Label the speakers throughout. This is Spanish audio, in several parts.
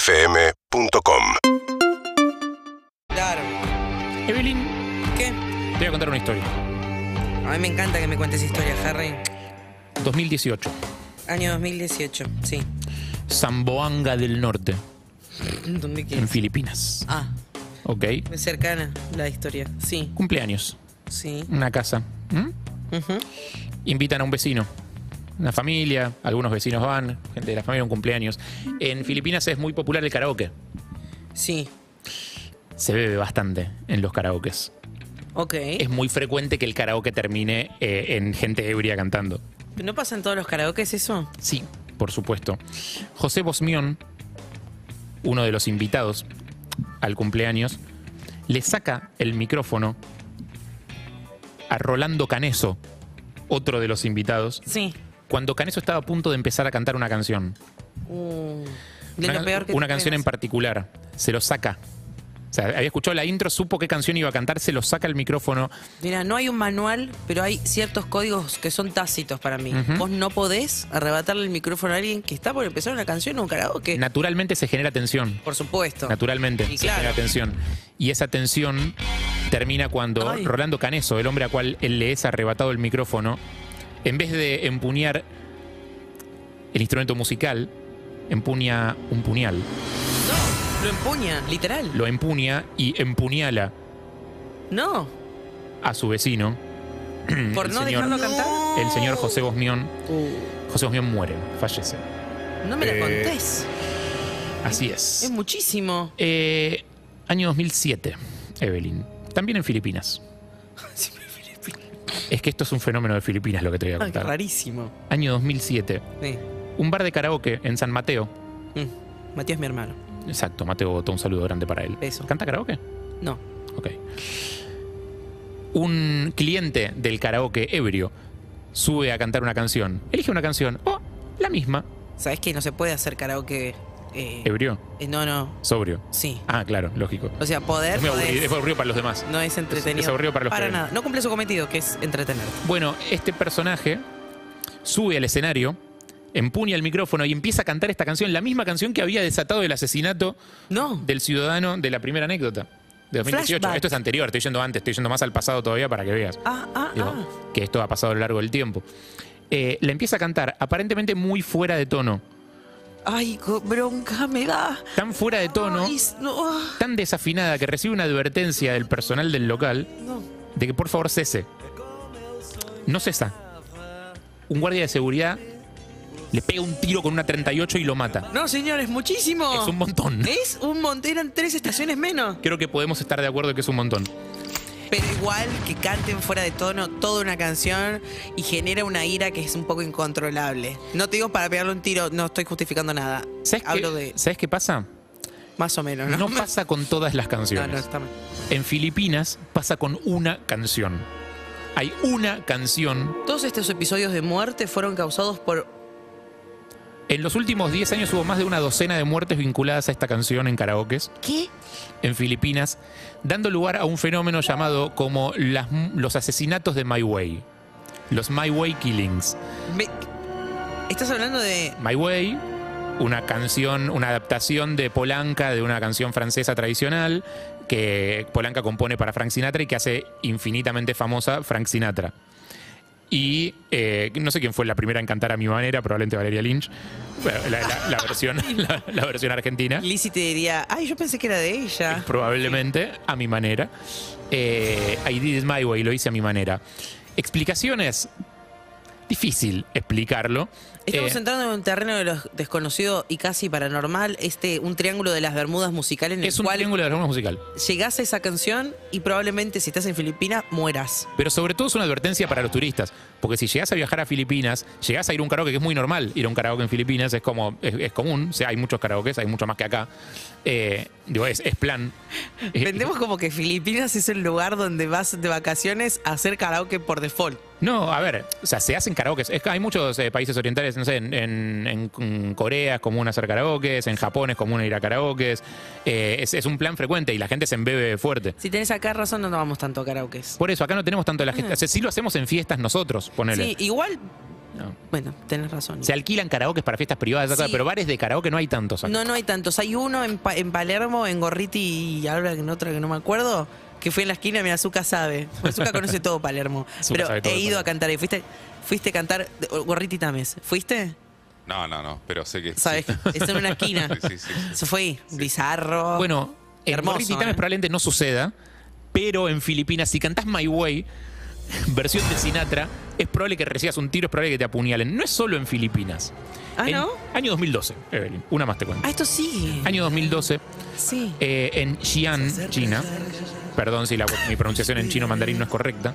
Speaker 1: UrbanaPlayFM.com
Speaker 2: Claro.
Speaker 3: Evelyn,
Speaker 2: ¿Qué?
Speaker 3: te voy a contar una historia.
Speaker 2: A mí me encanta que me cuentes historias, Harry.
Speaker 3: 2018,
Speaker 2: Año 2018, sí.
Speaker 3: Zamboanga del Norte,
Speaker 2: ¿Dónde
Speaker 3: en
Speaker 2: quieres?
Speaker 3: Filipinas.
Speaker 2: Ah,
Speaker 3: Ok.
Speaker 2: es cercana la historia. Sí,
Speaker 3: Cumpleaños,
Speaker 2: sí.
Speaker 3: una casa. ¿Mm?
Speaker 2: Ujú.
Speaker 3: Invitan a un vecino, una familia, algunos vecinos van, gente de la familia, un cumpleaños. En Filipinas es muy popular el karaoke.
Speaker 2: Sí.
Speaker 3: Se bebe bastante en los karaokes.
Speaker 2: Ok.
Speaker 3: Es muy frecuente que el karaoke termine eh, en gente ebria cantando.
Speaker 2: ¿No pasan todos los karaokes eso?
Speaker 3: Sí, por supuesto. José Bosmión, uno de los invitados al cumpleaños, le saca el micrófono a Rolando Caneso, otro de los invitados,
Speaker 2: Sí.
Speaker 3: cuando Caneso estaba a punto de empezar a cantar una canción.
Speaker 2: Uh, de
Speaker 3: una
Speaker 2: lo peor que
Speaker 3: una
Speaker 2: te
Speaker 3: canción en
Speaker 2: puedas.
Speaker 3: particular. Se lo saca. O sea, había escuchado la intro, supo qué canción iba a cantar, se lo saca el micrófono.
Speaker 2: Mira, no hay un manual, pero hay ciertos códigos que son tácitos para mí.
Speaker 3: Ujú.
Speaker 2: Vos no podés arrebatarle el micrófono a alguien que está por empezar una canción o un karaoke.
Speaker 3: Naturalmente se genera tensión.
Speaker 2: por supuesto.
Speaker 3: Naturalmente,
Speaker 2: Y
Speaker 3: se
Speaker 2: claro.
Speaker 3: genera tensión. Y esa tensión termina cuando
Speaker 2: Ay.
Speaker 3: Rolando Caneso, el hombre a cual él le es arrebatado el micrófono, en vez de empuñar el instrumento musical, empuña un puñal.
Speaker 2: No, lo empuña, literal.
Speaker 3: Lo empuña y empuñala
Speaker 2: No,
Speaker 3: a su vecino.
Speaker 2: por
Speaker 3: el
Speaker 2: no
Speaker 3: señor,
Speaker 2: dejarlo cantar. Uh.
Speaker 3: El señor José Bosmión. José Bosmión muere, fallece.
Speaker 2: No me la
Speaker 3: Eh,
Speaker 2: contés.
Speaker 3: Así
Speaker 2: Es
Speaker 3: es.
Speaker 2: muchísimo.
Speaker 3: Eh, año 2007, Evelyn. También en Filipinas. Es que esto es un fenómeno de Filipinas lo que te voy a
Speaker 2: Ay, Ah, qué
Speaker 3: contar.
Speaker 2: rarísimo.
Speaker 3: Año 2007.
Speaker 2: Eh,
Speaker 3: Un bar de karaoke en San Mateo.
Speaker 2: mm, Matías, mi hermano.
Speaker 3: Exacto, Mateo Botó, un saludo grande para él.
Speaker 2: Beso.
Speaker 3: ¿Canta karaoke?
Speaker 2: No.
Speaker 3: Ok. Un cliente del karaoke ebrio sube a cantar una canción. Elige una canción. O la misma.
Speaker 2: ¿Sabes que no se puede hacer karaoke? eh,
Speaker 3: Ebrio.
Speaker 2: eh, no, no.
Speaker 3: Sobrio.
Speaker 2: Sí.
Speaker 3: Ah, claro, lógico.
Speaker 2: O sea, poder.
Speaker 3: Es muy
Speaker 2: podés,
Speaker 3: aburrido, es aburrido para los demás.
Speaker 2: no es entretenido.
Speaker 3: es aburrido para los que ven.
Speaker 2: nada. No cumple su cometido, que es entretener.
Speaker 3: Bueno, este personaje sube al escenario, empuña el micrófono y empieza a cantar esta canción, la misma canción que había desatado el asesinato
Speaker 2: No.
Speaker 3: del ciudadano de la primera anécdota de 2018.
Speaker 2: Flashback.
Speaker 3: Esto es anterior, estoy yendo antes, estoy yendo más al pasado todavía para que veas
Speaker 2: Ah, ah,
Speaker 3: digo,
Speaker 2: ah.
Speaker 3: que esto ha pasado a lo largo del tiempo. Eh, la empieza a cantar aparentemente muy fuera de tono.
Speaker 2: Ay, co- bronca me da.
Speaker 3: Tan fuera de tono,
Speaker 2: Ay, s- no, ah,
Speaker 3: tan desafinada que recibe una advertencia del personal del local
Speaker 2: no.
Speaker 3: de que por favor cese. No cesa. Un guardia de seguridad le pega un tiro con una 38 y lo mata.
Speaker 2: No, señores, muchísimo.
Speaker 3: Es un montón.
Speaker 2: Es un montón, eran tres estaciones menos.
Speaker 3: Creo que podemos estar de acuerdo que es un montón.
Speaker 2: Pero igual que canten fuera de tono toda una canción y genera una ira que es un poco incontrolable. No te digo para pegarle un tiro, no estoy justificando nada.
Speaker 3: ¿Sabes
Speaker 2: Hablo
Speaker 3: qué,
Speaker 2: de
Speaker 3: ¿sabes qué pasa?
Speaker 2: más o menos, ¿no?
Speaker 3: No pasa con todas las
Speaker 2: no,
Speaker 3: canciones.
Speaker 2: no, está mal.
Speaker 3: En Filipinas pasa con una canción. Hay una canción.
Speaker 2: Todos estos episodios de muerte fueron causados por.
Speaker 3: En los últimos 10 años hubo más de una docena de muertes vinculadas a esta canción en karaokes
Speaker 2: ¿Qué?
Speaker 3: en Filipinas, dando lugar a un fenómeno llamado como las- los asesinatos de My Way. Los My Way Killings.
Speaker 2: Me- Estás hablando de.
Speaker 3: My Way, una canción, una adaptación de Polanca de una canción francesa tradicional que Polanca compone para Frank Sinatra y que hace infinitamente famosa Frank Sinatra. Y eh, no sé quién fue la primera en cantar a mi manera, probablemente Valeria Lynch, Bueno, la, la- la versión, la- la versión argentina.
Speaker 2: Lizzie te diría, ay, yo pensé que era de ella.
Speaker 3: Probablemente a mi manera. Eh, I did it my way, lo hice a mi manera. Explicaciones. Difícil explicarlo.
Speaker 2: Estamos
Speaker 3: Eh,
Speaker 2: entrando en un terreno de los desconocido y casi paranormal, este, un triángulo de las Bermudas musical en el
Speaker 3: es un
Speaker 2: cual
Speaker 3: triángulo de la musical.
Speaker 2: llegás a esa canción y probablemente si estás en Filipinas mueras.
Speaker 3: Pero sobre todo es una advertencia para los turistas. Porque si llegás a viajar a Filipinas, llegás a ir a un karaoke, que es muy normal ir a un karaoke en Filipinas, es como, es, es común, o sea, hay muchos karaokes, hay mucho más que acá. Eh, digo, es, es plan. Eh,
Speaker 2: Vendemos como que Filipinas es el lugar donde vas de vacaciones a hacer karaoke por default.
Speaker 3: No, a ver, o sea, se hacen karaokes. Es que hay muchos eh, países orientales, no sé, en, en- en- en Corea es común hacer karaokes, en Japón es común ir a karaokes. Eh, es, es un plan frecuente y la gente se embebe fuerte.
Speaker 2: Si tenés acá razón, no nos vamos tanto a karaoke.
Speaker 3: Por eso, acá no tenemos tanto la gente. O sea, sí lo hacemos en fiestas nosotros, ponele.
Speaker 2: Sí, igual
Speaker 3: No.
Speaker 2: Bueno, tenés razón.
Speaker 3: Se alquilan karaokes para fiestas privadas, esa cosa,
Speaker 2: Sí.
Speaker 3: pero bares de karaoke no hay tantos. acá.
Speaker 2: No, no hay tantos. Hay uno en, Pa- en Palermo, en Gorriti y ahora en otra que no me acuerdo, que fue en la esquina, mi Azúcar sabe. Azúcar conoce todo Palermo.
Speaker 3: Azúcar
Speaker 2: pero
Speaker 3: sabe todo
Speaker 2: he
Speaker 3: de
Speaker 2: ido a
Speaker 3: Palermo.
Speaker 2: cantar ahí. ¿Fuiste, fuiste a cantar Gorriti Tames? ¿Fuiste?
Speaker 4: No, no, no, pero sé que.
Speaker 2: ¿Sabes?
Speaker 4: sí.
Speaker 2: Es en una esquina.
Speaker 4: Sí, sí, sí, sí.
Speaker 2: Se fue ahí. bizarro.
Speaker 3: Bueno, en
Speaker 2: Ah, Hermoso,
Speaker 3: Morrissey Times
Speaker 2: ¿eh?
Speaker 3: probablemente no suceda, pero en Filipinas, si cantás My Way, versión de Sinatra, es probable que recibas un tiro, es probable que te apuñalen. No es solo en Filipinas.
Speaker 2: Ah,
Speaker 3: En
Speaker 2: ¿no?
Speaker 3: Año 2012, Evelyn, una más te cuento.
Speaker 2: Ah, esto sigue.
Speaker 3: Año 2012,
Speaker 2: Sí.
Speaker 3: eh, en Xi'an, China. Perdón si la- mi pronunciación en chino mandarín no es correcta.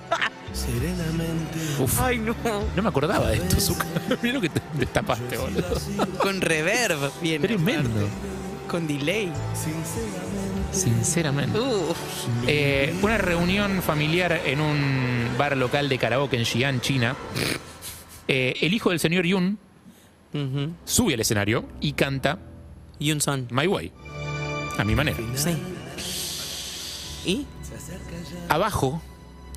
Speaker 3: Uf,
Speaker 2: Ay, no.
Speaker 3: no me acordaba de esto, Zucca. Mira lo que te destapaste, boludo.
Speaker 2: Con reverb. Bien.
Speaker 3: Tremendo.
Speaker 2: Con delay.
Speaker 3: Sinceramente.
Speaker 2: Uf.
Speaker 3: Eh, una reunión familiar en un bar local de karaoke en Xi'an, China. Eh, el hijo del señor Yun
Speaker 2: Ujú.
Speaker 3: sube al escenario y canta
Speaker 2: Y un son.
Speaker 3: My Way. A mi manera.
Speaker 2: Sí. ¿Y?
Speaker 3: Abajo,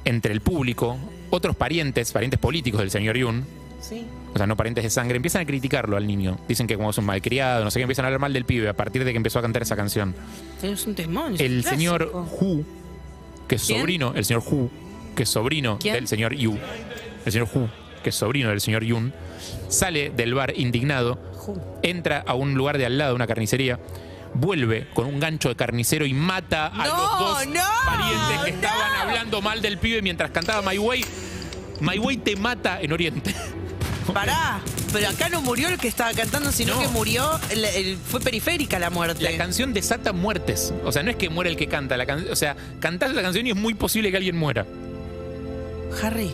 Speaker 3: entre el público, otros parientes, parientes políticos del señor Yun,
Speaker 2: Sí.
Speaker 3: o sea, no parientes de sangre, empiezan a criticarlo al niño. Dicen que como es un malcriado, no sé qué, empiezan a hablar mal del pibe a partir de que empezó a cantar esa canción.
Speaker 2: Es un temón. es un
Speaker 3: El señor
Speaker 2: clásico.
Speaker 3: Hu, que es
Speaker 2: ¿Quién?
Speaker 3: sobrino, el señor Hu, que es sobrino
Speaker 2: ¿Quién?
Speaker 3: del señor Yu, el señor Hu, que es sobrino del señor Yun, sale del bar indignado,
Speaker 2: Ju.
Speaker 3: entra a un lugar de al lado, una carnicería, vuelve con un gancho de carnicero y mata a
Speaker 2: No,
Speaker 3: los dos
Speaker 2: no,
Speaker 3: parientes que
Speaker 2: no.
Speaker 3: estaban hablando mal del pibe mientras cantaba My Way. My Way te mata en Oriente.
Speaker 2: Pará, pero acá no murió el que estaba cantando, sino
Speaker 3: No.
Speaker 2: que murió, el- el- fue periférica la muerte.
Speaker 3: La canción desata muertes. O sea, no es que muera el que canta. La can- o sea, cantás la canción y es muy posible que alguien muera.
Speaker 2: Harry,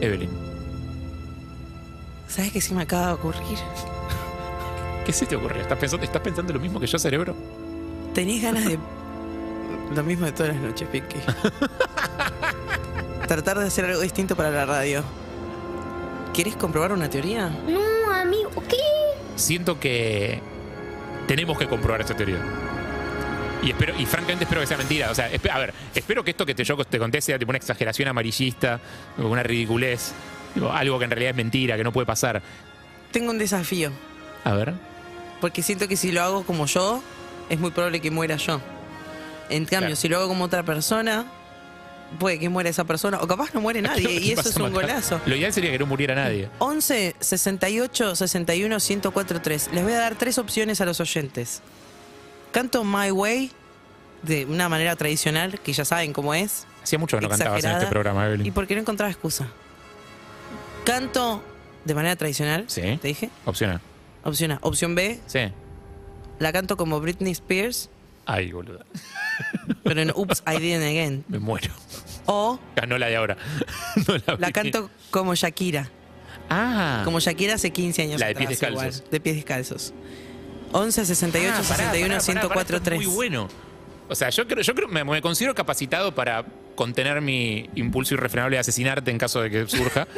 Speaker 3: Evelyn.
Speaker 2: ¿sabes qué se me acaba de ocurrir?
Speaker 3: ¿Qué se te ocurrió? ¿Estás pensando, ¿Estás pensando lo mismo que yo, cerebro?
Speaker 2: ¿Tenés ganas de... Lo mismo de todas las noches, Pinky. Tratar de hacer algo distinto para la radio. ¿Querés comprobar una teoría?
Speaker 5: No, amigo, ¿qué?
Speaker 3: Siento que tenemos que comprobar esta teoría. Y, espero, y francamente espero que sea mentira. O sea, espe- a ver, espero que esto que te, yo te conté sea tipo una exageración amarillista, una ridiculez, tipo, algo que en realidad es mentira, que no puede pasar.
Speaker 2: Tengo un desafío,
Speaker 3: A ver.
Speaker 2: porque siento que si lo hago como yo, es muy probable que muera yo. En cambio,
Speaker 3: Claro.
Speaker 2: si lo hago como otra persona, puede que muera esa persona, o capaz no muere nadie, y eso
Speaker 3: Vas a
Speaker 2: es un
Speaker 3: matar.
Speaker 2: golazo.
Speaker 3: Lo ideal sería que no muriera nadie.
Speaker 2: 11 68 61 104 3. Les voy a dar tres opciones a los oyentes. Canto My Way de una manera tradicional, que ya saben cómo es.
Speaker 3: Hacía mucho que no cantabas en
Speaker 2: exagerada,
Speaker 3: este programa,
Speaker 2: Y
Speaker 3: Evelyn.
Speaker 2: porque no encontraba excusa. Canto de manera tradicional,
Speaker 3: Sí.
Speaker 2: te dije.
Speaker 3: Opción A.
Speaker 2: Opción A. Opción B,
Speaker 3: Sí.
Speaker 2: la canto como Britney Spears,
Speaker 3: Ay, boludo.
Speaker 2: pero en Oops, I Didn't Again.
Speaker 3: Me muero.
Speaker 2: O
Speaker 3: Ganó la de ahora. No
Speaker 2: la
Speaker 3: vi.
Speaker 2: canto como Shakira.
Speaker 3: Ah.
Speaker 2: Como Shakira hace 15 años.
Speaker 3: La de pies
Speaker 2: atrás,
Speaker 3: descalzos.
Speaker 2: igual, de pies descalzos. 11 68
Speaker 3: Ah, pará,
Speaker 2: 61
Speaker 3: pará, pará, pará, esto
Speaker 2: 104
Speaker 3: es
Speaker 2: 3.
Speaker 3: Muy bueno. O sea, yo creo, yo creo, me, me considero capacitado para contener mi impulso irrefrenable de asesinarte en caso de que surja.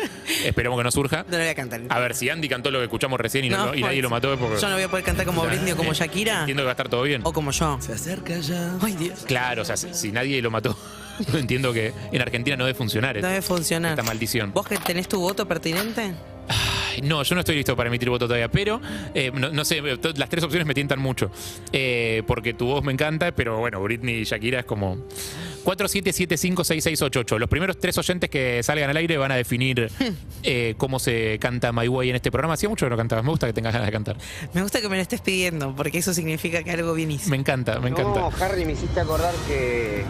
Speaker 3: Esperemos que no surja.
Speaker 2: No lo voy a cantar.
Speaker 3: A ver, si Andy cantó lo que escuchamos recién y, no-
Speaker 2: No, pues,
Speaker 3: y nadie lo mató es porque.
Speaker 2: Yo no voy a poder cantar como
Speaker 3: o sea,
Speaker 2: Britney o como
Speaker 3: eh,
Speaker 2: Shakira
Speaker 3: Entiendo que va a estar todo bien.
Speaker 2: o como yo. Se acerca ya. Ay, Dios.
Speaker 3: Claro, o sea, si, si nadie lo mató, entiendo que en Argentina no debe funcionar.
Speaker 2: No debe funcionar.
Speaker 3: Esta maldición.
Speaker 2: ¿Vos que tenés tu voto pertinente?
Speaker 3: Ay, No, yo no estoy listo para emitir voto todavía, pero eh, no, no sé, to- las tres opciones me tientan mucho. Eh, porque tu voz me encanta, pero bueno, Britney y Shakira es como. 47756688. Los primeros tres oyentes que salgan al aire van a definir eh, cómo se canta My Way en este programa. Hacía mucho que no cantabas, me gusta que tengas ganas de cantar.
Speaker 2: Me gusta que me lo estés pidiendo porque eso significa que algo bien hice.
Speaker 3: Me encanta, me encanta.
Speaker 6: No, Harry, me hiciste acordar que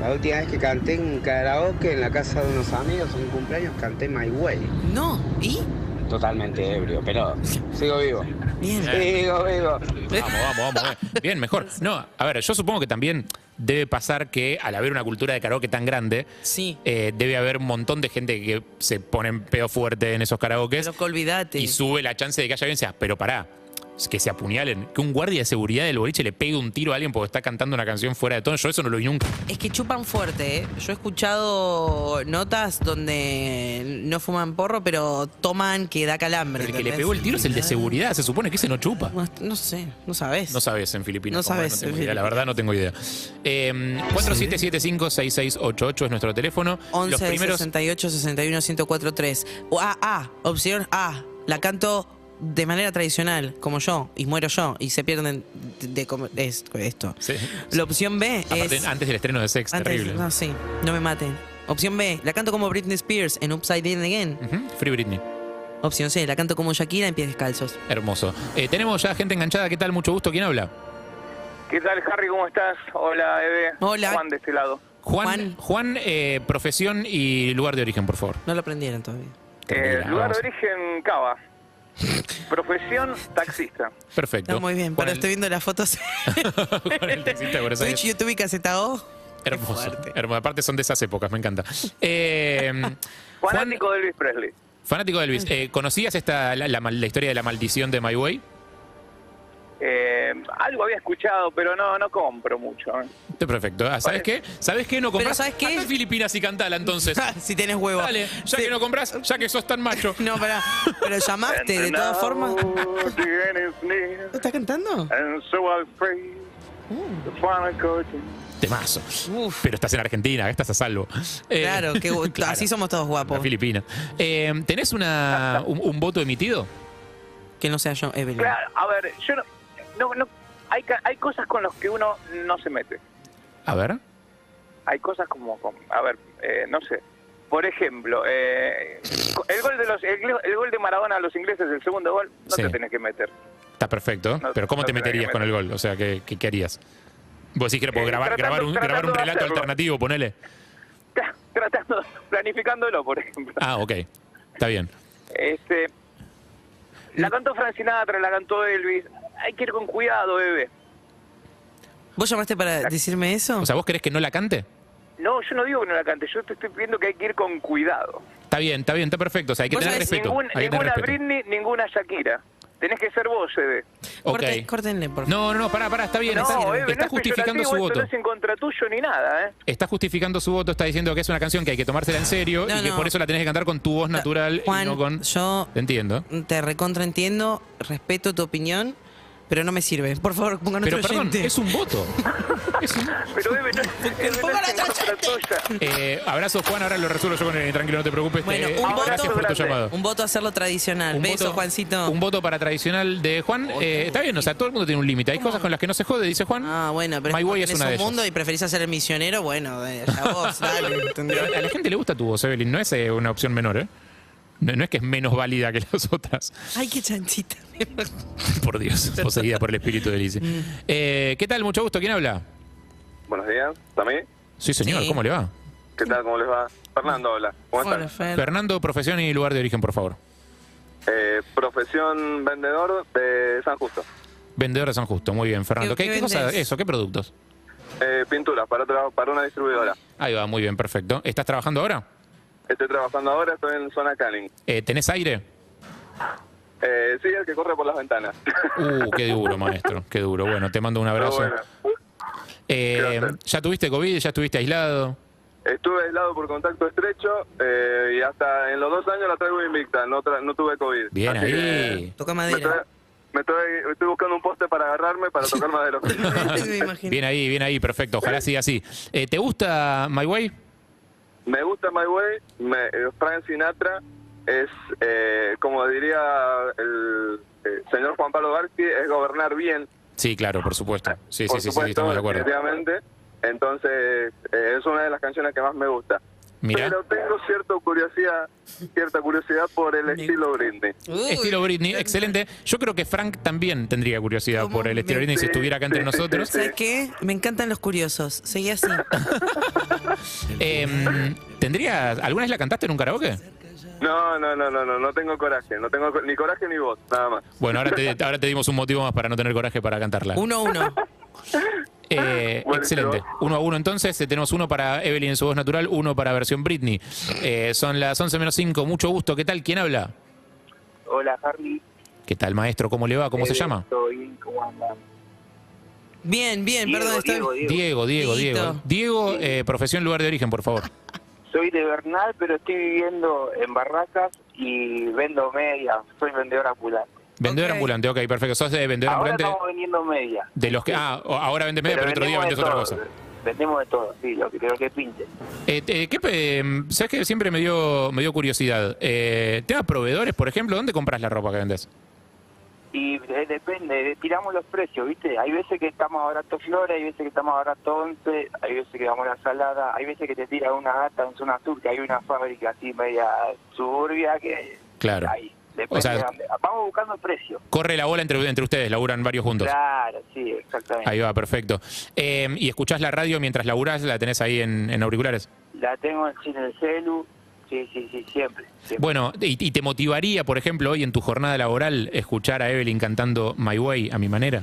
Speaker 6: la última vez que canté en karaoke en la casa de unos amigos en un cumpleaños canté My Way.
Speaker 2: No, ¿y?
Speaker 6: Totalmente ebrio, pero sigo vivo.
Speaker 2: Bien.
Speaker 3: Eh,
Speaker 6: Sigo vivo.
Speaker 3: Vamos, vamos, vamos. eh. Bien, mejor. No, a ver, yo supongo que también debe pasar que al haber una cultura de karaoke tan grande,
Speaker 2: Sí.
Speaker 3: eh, debe haber un montón de gente que se pone en peo fuerte en esos karaokes.
Speaker 2: Pero que olvídate.
Speaker 3: y sube la chance de que haya violencia. Pero pará, que se apuñalen, que un guardia de seguridad del boliche le pegue un tiro a alguien porque está cantando una canción fuera de tono. Yo eso no lo vi nunca.
Speaker 2: Es que chupan fuerte, ¿eh? Yo he escuchado notas donde no fuman porro, pero toman que da calambre.
Speaker 3: Pero el que le
Speaker 2: ¿entendés? Ah,
Speaker 3: pegó el tiro es el de seguridad. Se supone que ese no chupa.
Speaker 2: No, no sé, no sabes.
Speaker 3: No sabes en Filipinas.
Speaker 2: No
Speaker 3: cómo es,
Speaker 2: sabes
Speaker 3: tengo
Speaker 2: en
Speaker 3: idea, La
Speaker 2: Filipinas.
Speaker 3: verdad no tengo idea. Eh, 4775-6688 es nuestro teléfono.
Speaker 2: 11
Speaker 3: Los primeros
Speaker 2: 68 61 1043. O A, A, opción A. La canto de manera tradicional, como yo, y muero yo, y se pierden de, de comer- es- esto.
Speaker 3: Sí.
Speaker 2: La opción B
Speaker 3: Aparte,
Speaker 2: es.
Speaker 3: antes del estreno de Sex,
Speaker 2: antes-
Speaker 3: terrible.
Speaker 2: No, sí, no me maten. Opción B, la canto como Britney Spears en Upside Down Again.
Speaker 3: Ujú, Free Britney. Mm.
Speaker 2: Opción C, la canto como Shakira en pies descalzos.
Speaker 3: Hermoso. Eh, tenemos ya gente enganchada. ¿Qué tal? Mucho gusto. ¿Quién habla?
Speaker 7: ¿Qué tal, Harry? ¿Cómo estás? Hola, Eve.
Speaker 2: Hola.
Speaker 7: Juan de este lado.
Speaker 3: Juan, Juan,
Speaker 2: Juan.
Speaker 3: eh, profesión y lugar de origen, por favor.
Speaker 2: No lo aprendieron todavía.
Speaker 7: Eh,
Speaker 3: Mira,
Speaker 7: lugar
Speaker 3: vamos.
Speaker 7: de origen, Cava. Profesión, taxista.
Speaker 3: Perfecto.
Speaker 2: Está muy bien,
Speaker 3: Juan,
Speaker 2: pero
Speaker 3: el-
Speaker 2: estoy viendo las fotos.
Speaker 3: Juan, el taxista de Buenos Aires.
Speaker 2: Twitch, YouTube y Casetao.
Speaker 3: Hermoso.
Speaker 2: fuerte.
Speaker 3: Hermoso. Aparte son de esas épocas, me encanta. Eh, Juan-
Speaker 7: Fanático de Elvis Presley.
Speaker 3: fanático de Elvis. Eh, ¿Conocías esta, la, la mal- la historia de la maldición de My Way?
Speaker 7: Eh, algo había escuchado, pero no, no compro mucho. eh.
Speaker 3: Está Perfecto. Ah, ¿Sabes qué? ¿Sabes qué? No compras.
Speaker 2: ¿sabes qué?
Speaker 3: Andá en Filipinas y cantala entonces.
Speaker 2: si tenés huevo.
Speaker 3: Dale, ya
Speaker 2: Sí.
Speaker 3: que no compras, ya que sos tan macho.
Speaker 2: No, pará. Pero llamaste, de todas formas.
Speaker 7: And
Speaker 2: ¿No
Speaker 7: now the end is near,
Speaker 2: estás cantando?
Speaker 7: and so I pray the final curtain.
Speaker 3: Temazo.
Speaker 2: Uf.
Speaker 3: Pero estás en Argentina, estás a salvo. Eh,
Speaker 2: Claro, que gu- así somos todos
Speaker 3: La
Speaker 2: guapos.
Speaker 3: Filipina. Eh, ¿Tenés una, un, un voto emitido?
Speaker 2: Que no sea yo, Evelyn.
Speaker 7: Claro, a ver, yo no... no, no hay, ca- hay cosas con las que uno no se mete.
Speaker 3: A ver.
Speaker 7: hay cosas como, como- a ver, eh, no sé. Por ejemplo, eh, el gol de los el, gol- el gol de Maradona a los ingleses, el segundo gol, no
Speaker 3: Sí.
Speaker 7: te tenés que meter.
Speaker 3: Está perfecto.
Speaker 7: No,
Speaker 3: Pero ¿cómo
Speaker 7: no
Speaker 3: te
Speaker 7: tenés que
Speaker 3: meterías con el gol? O sea, ¿qué, qué, qué harías? Vos decís que era por
Speaker 7: Eh,
Speaker 3: grabar,
Speaker 7: tratando-
Speaker 3: grabar, un,
Speaker 7: tratando
Speaker 3: grabar un
Speaker 7: de
Speaker 3: relato
Speaker 7: hacerlo.
Speaker 3: alternativo, ponele.
Speaker 7: Tra- Tratando, planificándolo, por ejemplo.
Speaker 3: Ah, ok. Está bien.
Speaker 7: Este, la cantó Frank Sinatra, la cantó Elvis. Hay que ir con cuidado, bebé.
Speaker 2: ¿Vos llamaste para decirme eso?
Speaker 3: O sea, ¿vos querés que no la cante?
Speaker 7: No, yo no digo que no la cante, yo te estoy pidiendo que hay que ir con cuidado.
Speaker 3: Está bien, está bien, está perfecto. O sea, hay que
Speaker 2: Vos
Speaker 3: tener
Speaker 2: sabés,
Speaker 3: respeto.
Speaker 7: Ningún-
Speaker 3: hay que tener
Speaker 7: ninguna
Speaker 3: respeto.
Speaker 7: Britney, ninguna Shakira. Tenés que ser vos, bebé.
Speaker 2: Corten-
Speaker 3: Ok.
Speaker 2: Córtenle, por favor.
Speaker 3: No, no, no, pará, pará, está bien.
Speaker 7: No,
Speaker 3: está,
Speaker 7: Eve,
Speaker 3: está
Speaker 7: no es
Speaker 3: justificando
Speaker 7: peyorativo,
Speaker 3: su
Speaker 7: esto
Speaker 3: voto.
Speaker 7: No es en contra tuyo ni nada, ¿eh?
Speaker 3: Está justificando su voto, está diciendo que es una canción que hay que tomársela en serio
Speaker 2: No,
Speaker 3: y que
Speaker 2: no.
Speaker 3: por eso la tenés que cantar con tu voz natural y
Speaker 2: Juan,
Speaker 3: no con.
Speaker 2: yo
Speaker 3: Te entiendo.
Speaker 2: te recontraentiendo, respeto tu opinión, pero no me sirve. Por favor, pongan
Speaker 3: Pero
Speaker 2: otro
Speaker 3: perdón,
Speaker 2: oyente.
Speaker 3: es un voto. Es un-
Speaker 7: Pero debe no, debe no
Speaker 2: pongan
Speaker 7: es en
Speaker 2: otra
Speaker 7: contra tuya.
Speaker 3: Eh, abrazo, Juan. Ahora lo resuelvo yo con el tranquilo, no te preocupes.
Speaker 2: Bueno,
Speaker 3: Eh,
Speaker 2: un voto.
Speaker 3: gracias por tu
Speaker 7: Abrazo
Speaker 3: llamado.
Speaker 2: Un voto a hacerlo tradicional. Beso, Juancito.
Speaker 3: Un voto para tradicional de Juan. Eh, está bien, o sea, todo el mundo tiene un límite. Hay cosas con las que no se jode, dice Juan.
Speaker 2: Ah, bueno, pero
Speaker 3: My Way es
Speaker 2: tenés
Speaker 3: una de
Speaker 2: un
Speaker 3: ellas.
Speaker 2: mundo y preferís hacer el misionero, bueno, eh, allá vos, dale, ¿entendés?
Speaker 3: Pero a la gente le gusta tu voz, Evelyn. No es eh, una opción menor, ¿eh? No, no es que es menos válida que las otras.
Speaker 2: Ay, qué chanchita.
Speaker 3: Por Dios, poseída por el espíritu de Lizzie.
Speaker 2: Mm.
Speaker 3: Eh, ¿Qué tal? Mucho gusto. ¿Quién habla?
Speaker 8: Buenos días, también.
Speaker 3: Sí, señor.
Speaker 2: Sí.
Speaker 3: ¿Cómo le va?
Speaker 8: ¿Qué tal? ¿Cómo les va? Fernando habla. ¿Cómo
Speaker 2: Bueno,
Speaker 8: están?
Speaker 2: Fer.
Speaker 3: Fernando, profesión y lugar de origen, por favor.
Speaker 8: Eh, profesión vendedor de San Justo.
Speaker 3: Vendedor de San Justo. Muy bien, Fernando.
Speaker 2: ¿Qué-
Speaker 3: ¿Qué,
Speaker 2: qué
Speaker 3: qué cosa?
Speaker 2: vendés?
Speaker 3: Eso, ¿qué productos?
Speaker 8: Eh, pinturas para, otra- para una distribuidora.
Speaker 3: Ahí va, muy bien, perfecto. ¿Estás trabajando ahora?
Speaker 8: Estoy trabajando ahora, estoy en zona Canning.
Speaker 3: Eh, ¿Tenés aire?
Speaker 8: Eh, sí, el que corre por las ventanas.
Speaker 3: Uh, qué duro, maestro. Qué duro. Bueno, te mando un
Speaker 8: Pero
Speaker 3: abrazo.
Speaker 8: bueno,
Speaker 3: Eh,
Speaker 8: Gracias.
Speaker 3: ya tuviste COVID, ya estuviste aislado.
Speaker 8: estuve aislado por contacto estrecho eh, y hasta en los dos años la traigo invicta. No, tra- no tuve COVID.
Speaker 3: Bien
Speaker 8: Así
Speaker 3: ahí.
Speaker 2: Toca
Speaker 8: que Me,
Speaker 2: madera.
Speaker 8: tra- me tra- estoy buscando un poste para agarrarme para tocar madera.
Speaker 2: Me imagino.
Speaker 3: Bien ahí, bien ahí, perfecto. Ojalá siga así. Eh, ¿Te gusta My Way?
Speaker 8: Me gusta My Way, me, eh, Frank Sinatra es, eh, como diría el, eh, señor Juan Pablo Garci, es gobernar bien,
Speaker 3: Sí, claro, por supuesto. Sí,
Speaker 8: por
Speaker 3: sí, sí, sí,
Speaker 8: supuesto,
Speaker 3: estamos de acuerdo.
Speaker 8: definitivamente. Entonces, eh, es una de las canciones que más me gusta.
Speaker 3: Mirá,
Speaker 8: Pero tengo cierta curiosidad, cierta curiosidad por el estilo Britney.
Speaker 2: Uy,
Speaker 3: estilo Britney, excelente. Yo creo que Frank también tendría curiosidad
Speaker 2: ¿Cómo
Speaker 3: por el estilo
Speaker 2: me-
Speaker 3: Britney si
Speaker 8: Sí,
Speaker 3: estuviera acá entre
Speaker 8: sí, sí,
Speaker 3: nosotros.
Speaker 8: sí,
Speaker 2: ¿Sabes qué? Me encantan los curiosos. Seguí así.
Speaker 3: Eh, ¿Tendría, ¿Alguna vez la cantaste en un karaoke?
Speaker 8: No, no, no, no, no, no tengo coraje, no tengo co- ni coraje ni voz, nada más.
Speaker 3: Bueno, ahora te, ahora te dimos un motivo más para no tener coraje para cantarla.
Speaker 2: Uno a uno.
Speaker 3: Eh,
Speaker 8: Ah, Bueno,
Speaker 3: excelente.
Speaker 8: pero-
Speaker 3: Uno a uno entonces. Eh, Tenemos uno para Evelyn en su voz natural, uno para versión Britney. Eh, son las 11 menos 5. Mucho gusto. ¿Qué tal? ¿Quién habla?
Speaker 7: Hola, Harley.
Speaker 3: ¿Qué tal, maestro? ¿Cómo le va? ¿Cómo se
Speaker 9: Eh,
Speaker 3: llama?
Speaker 9: Estoy- ¿cómo andan?
Speaker 2: Bien, bien,
Speaker 9: Diego,
Speaker 2: perdón, está-
Speaker 9: Diego, Diego.
Speaker 3: Diego, Diego, Diego.
Speaker 2: Dieguito.
Speaker 3: Diego, eh, profesión, lugar de origen, por favor.
Speaker 9: Soy de Bernal, pero estoy viviendo en Barracas y vendo medias. Soy vendedor ambulante.
Speaker 3: Vendedor
Speaker 2: Ok.
Speaker 3: ambulante, ok, perfecto. Sos de vendedor
Speaker 9: Ahora
Speaker 3: ambulante
Speaker 9: estamos vendiendo medias.
Speaker 3: de los que. Ah, o- ahora vendes media, pero, otro día vendes
Speaker 9: vendemos
Speaker 3: otra
Speaker 9: de
Speaker 3: cosa.
Speaker 9: todo. Vendemos de todo, sí, lo que creo que pinte.
Speaker 3: Eh, eh, ¿qué pe- em, ¿Sabes que siempre me dio, me dio curiosidad? Eh, ¿Te da proveedores, por ejemplo? ¿Dónde compras la ropa que vendes?
Speaker 9: Y eh, depende, eh, tiramos los precios, ¿viste? Hay veces que está más barato flores, hay veces que está más barato once, hay veces que damos la salada, hay veces que te tira una gata en zona sur, que hay una fábrica así media suburbia que
Speaker 3: Claro.
Speaker 9: hay. Depende
Speaker 3: O sea-
Speaker 9: de dónde. Vamos buscando precios.
Speaker 3: Corre la bola entre, entre ustedes, laburan varios juntos.
Speaker 9: Claro, sí, exactamente.
Speaker 3: Ahí va, perfecto. Eh, ¿Y escuchás la radio mientras laburás? ¿La tenés ahí en, en auriculares?
Speaker 9: La tengo en en el celu, sí, sí, sí, siempre. siempre.
Speaker 3: Bueno, y, y te motivaría, por ejemplo, hoy en tu jornada laboral, escuchar a Evelyn cantando My Way a mi manera?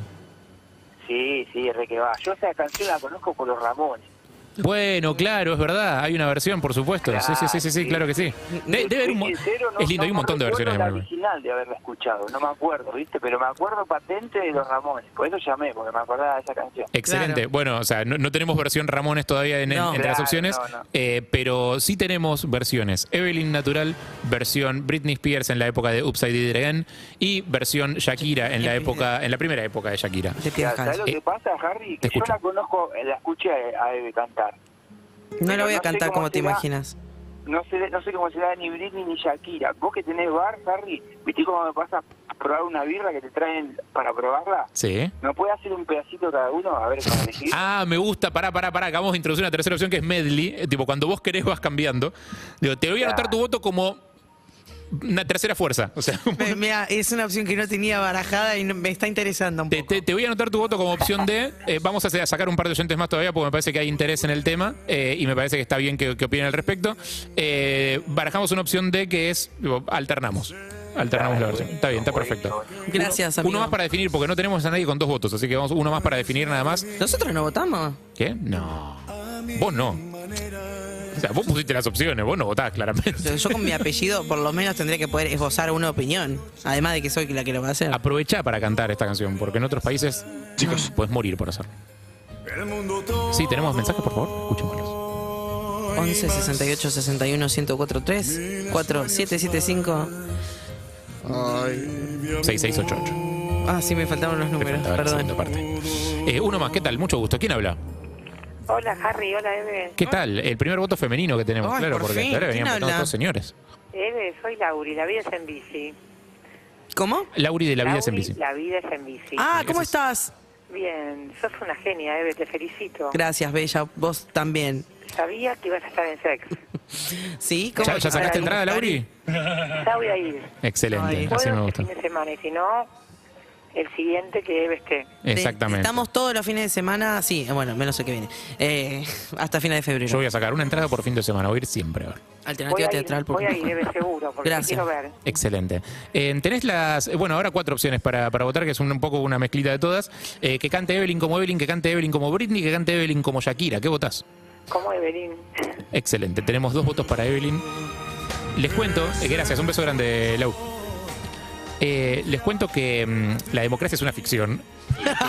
Speaker 9: Sí, sí, re que va. Yo esa canción la conozco por los Ramones.
Speaker 3: Bueno, claro, es verdad. Hay una versión, por supuesto. sí, sí, sí, sí, sí, claro que sí. De- debe haber un mo-
Speaker 9: Soy sincero, no-
Speaker 3: es lindo, hay un
Speaker 9: no
Speaker 3: montón de
Speaker 9: recuerdo
Speaker 3: versiones de
Speaker 9: la
Speaker 3: Marvel.
Speaker 9: original de haberla escuchado, no me acuerdo, ¿viste? Pero me acuerdo patente de los Ramones. Por eso llamé, porque me acordaba de esa canción.
Speaker 3: Excelente.
Speaker 2: Claro.
Speaker 3: Bueno, o sea, no, no tenemos versión Ramones todavía en- en-
Speaker 2: No.
Speaker 3: entre las
Speaker 9: Claro,
Speaker 3: opciones,
Speaker 9: no, no.
Speaker 3: eh, pero sí tenemos versiones. Evelyn Natural, versión Britney Spears en la época de Upside It Again y versión Shakira en la época, en la primera época de Shakira.
Speaker 2: Te pido
Speaker 9: Claro, ¿Sabes lo
Speaker 2: descanso.
Speaker 9: que pasa, Harry?
Speaker 3: te
Speaker 9: Que yo
Speaker 3: escucho.
Speaker 9: la conozco, eh, la escuché a a Eve cantar.
Speaker 2: No la
Speaker 9: pero
Speaker 2: voy a
Speaker 9: no sé
Speaker 2: cantar
Speaker 9: cómo
Speaker 2: como te
Speaker 9: será.
Speaker 2: imaginas.
Speaker 9: No sé, no sé cómo será ni Britney ni Shakira. Vos que tenés bar, Harry, ¿viste cómo me pasa a probar una birra que te traen para probarla?
Speaker 3: Sí.
Speaker 9: ¿No puede hacer un pedacito cada uno? A ver cómo elegir.
Speaker 3: Ah, me gusta, pará, pará, pará. Acabamos de introducir una tercera opción que es medley. Eh, tipo, cuando vos querés vas cambiando. Digo, te voy a anotar tu voto como una tercera fuerza. O sea, como-
Speaker 2: Eh, Mira, es una opción que no tenía barajada y no- me está interesando un
Speaker 3: Te,
Speaker 2: poco.
Speaker 3: te- te voy a anotar tu voto como opción D. Eh, vamos a, hacer- a sacar un par de oyentes más todavía porque me parece que hay interés en el tema eh, y me parece que está bien que, que opinen al respecto. Eh, barajamos una opción D que es tipo, alternamos. Alternamos la versión. Está bien, está perfecto.
Speaker 2: Gracias,
Speaker 3: Uno
Speaker 2: amigo.
Speaker 3: más para definir porque no tenemos a nadie con dos votos, así que vamos uno más para definir nada más.
Speaker 2: ¿Nosotros no votamos?
Speaker 3: ¿Qué? No. Vos no. O sea, vos pusiste las opciones, vos no votás claramente.
Speaker 2: Yo con mi apellido por lo menos tendría que poder esbozar una opinión. Además de que soy la que lo va a hacer.
Speaker 3: Aprovechá para cantar esta canción porque en otros países, chicos, puedes morir por hacerlo. Sí, tenemos mensajes, por favor, escuchémoslos.
Speaker 2: 11 68 61 1043 4775.
Speaker 3: 6688.
Speaker 2: Ah, sí, me faltaban los
Speaker 3: Me
Speaker 2: números,
Speaker 3: faltaba la segunda
Speaker 2: perdón.
Speaker 3: parte. Eh, uno más, ¿qué tal? Mucho gusto. ¿Quién habla?
Speaker 10: Hola Harry, hola Eve.
Speaker 3: ¿Qué tal? El primer voto femenino que tenemos,
Speaker 2: Ay,
Speaker 3: claro,
Speaker 2: por
Speaker 3: porque
Speaker 2: fin,
Speaker 3: hasta ahora
Speaker 2: ¿quién
Speaker 3: venían votando
Speaker 2: habla?
Speaker 3: todos señores.
Speaker 10: Eve, soy Lauri, la vida es en bici.
Speaker 2: ¿Cómo?
Speaker 3: Lauri de la vida es en
Speaker 10: Lauri,
Speaker 3: bici.
Speaker 10: La vida es en bici.
Speaker 2: Ah, ¿cómo
Speaker 3: Gracias.
Speaker 2: estás?
Speaker 10: Bien, sos una genia, Eve, te felicito.
Speaker 2: Gracias, Bella. Vos también.
Speaker 10: Sabía que ibas a estar en sex.
Speaker 2: ¿Sí? ¿Cómo?
Speaker 3: ¿Ya, ya sacaste entrada, Lauri?
Speaker 2: Ah,
Speaker 10: Ya voy a ir.
Speaker 2: Ay,
Speaker 3: Excelente, así me
Speaker 10: Puedo este
Speaker 3: gusta.
Speaker 10: fin de semana y si no, el siguiente que Eve esté.
Speaker 2: Te-
Speaker 3: Exactamente.
Speaker 2: Estamos todos los fines de semana, sí, bueno, menos el que viene. Eh, hasta final de febrero.
Speaker 3: Yo voy a sacar una entrada por fin de semana, voy a ir siempre. a ver.
Speaker 10: Voy
Speaker 2: Alternativa
Speaker 10: a ir,
Speaker 2: teatral, por
Speaker 10: voy a ir
Speaker 2: favor.
Speaker 10: Eve seguro, porque te
Speaker 2: Gracias.
Speaker 10: quiero ver.
Speaker 3: Excelente. Eh, tenés las, eh, bueno, ahora cuatro opciones para, para votar, que es un, un poco una mezclita de todas. Eh, que cante Evelyn como Evelyn, que cante Evelyn como Britney, que cante Evelyn como Shakira. ¿Qué votás?
Speaker 10: ¿Cómo Evelyn?
Speaker 3: Excelente, tenemos dos votos para Evelyn. Les cuento, eh, gracias, un beso grande, Lau. Eh, les cuento que mm, la democracia es una ficción.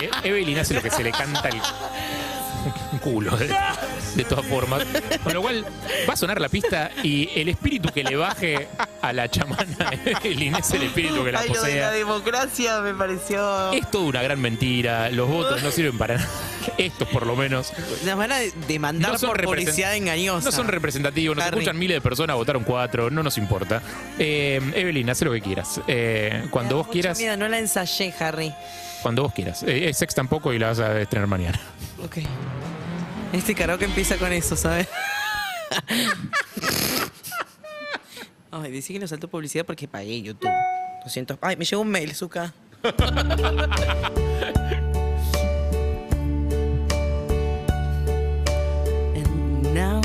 Speaker 3: Eh, Evelyn hace lo que se le canta el culo, de, de todas formas. Con lo cual, va a sonar la pista y el espíritu que le baje a la chamana Evelyn es el espíritu que la
Speaker 2: Ay, lo de la
Speaker 3: posea.
Speaker 2: democracia me pareció.
Speaker 3: Es toda una gran mentira, los votos no sirven para nada. Estos, por lo menos.
Speaker 2: Nos van a demandar
Speaker 3: No son
Speaker 2: por
Speaker 3: represent-
Speaker 2: publicidad engañosa.
Speaker 3: No son representativos, nos
Speaker 2: Harry.
Speaker 3: escuchan miles de personas, votaron cuatro, no nos importa. Eh, Evelyn, haz lo que quieras. Eh,
Speaker 2: Me
Speaker 3: cuando
Speaker 2: da
Speaker 3: vos
Speaker 2: mucha
Speaker 3: quieras,
Speaker 2: miedo, no la ensayé, Harry.
Speaker 3: cuando vos quieras. Eh, es sex tampoco y la vas a estrenar mañana.
Speaker 2: Ok. Este karaoke empieza con eso, ¿sabes? Ay, decí que nos saltó publicidad porque pagué YouTube. 200. Ay, me llegó un mail, Zuka. And now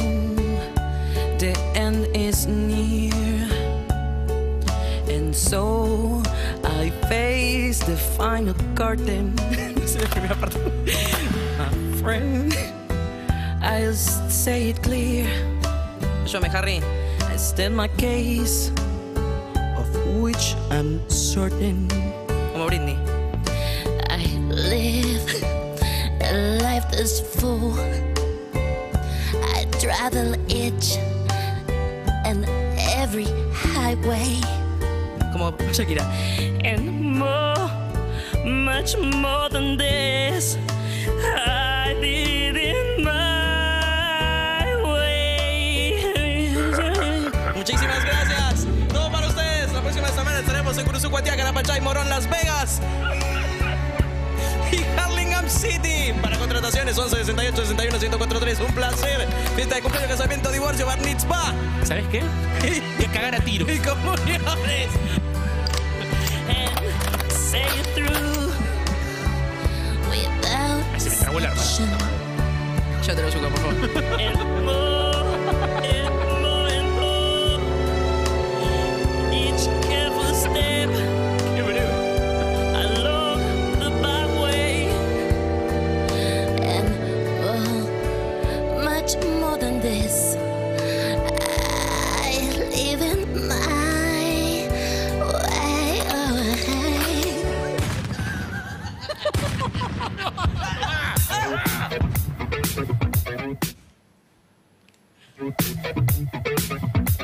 Speaker 2: the end is near. And so I face the final curtain. Es la primera parte. My friend, I'll say it clear. Yo me Harry. I stand my case, of which I'm certain. Britney.
Speaker 11: I live a life that's full. I travel each and every highway.
Speaker 2: Como Shakira.
Speaker 11: And more, much more than this. I did it my way.
Speaker 2: Muchísimas gracias. Todo para ustedes. La próxima semana estaremos en Curuzú, Cuatiá, Carapachá y Morón, Las Vegas. Y Harlingham City. Para contrataciones, 11 68 61 1043. Un placer. Fiesta de cumpleaños, casamiento, divorcio, bar mitzvah.
Speaker 3: ¿Sabes qué? Y a cagar a tiro.
Speaker 2: Y comuniones.
Speaker 11: and say it through without
Speaker 3: Ay, se me trabó la
Speaker 11: exception.
Speaker 2: Ya te lo ayudo, por favor.
Speaker 11: And more, and more, and more. Each careful step along the byway. And, oh, much more than this. I live in my way, oh, way.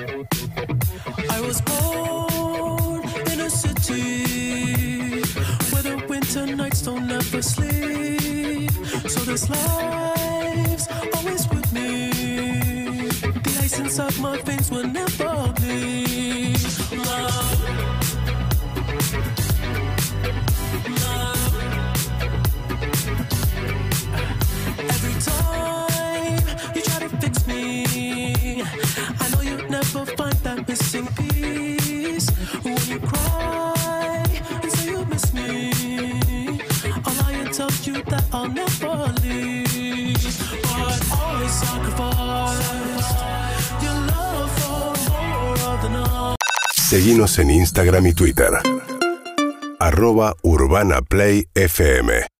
Speaker 9: I was born in a city where the winter nights don't ever sleep. So this life's always with me. The ice inside my veins will never bleed. Love. Every time you try to fix me, I know you never find that missing piece. When you cry and say you miss me, I'll lie and tell you that I'll never leave. But always sacrifice your love for more of the night.
Speaker 1: Seguinos en Instagram y Twitter. Arroba Urbana Play FM.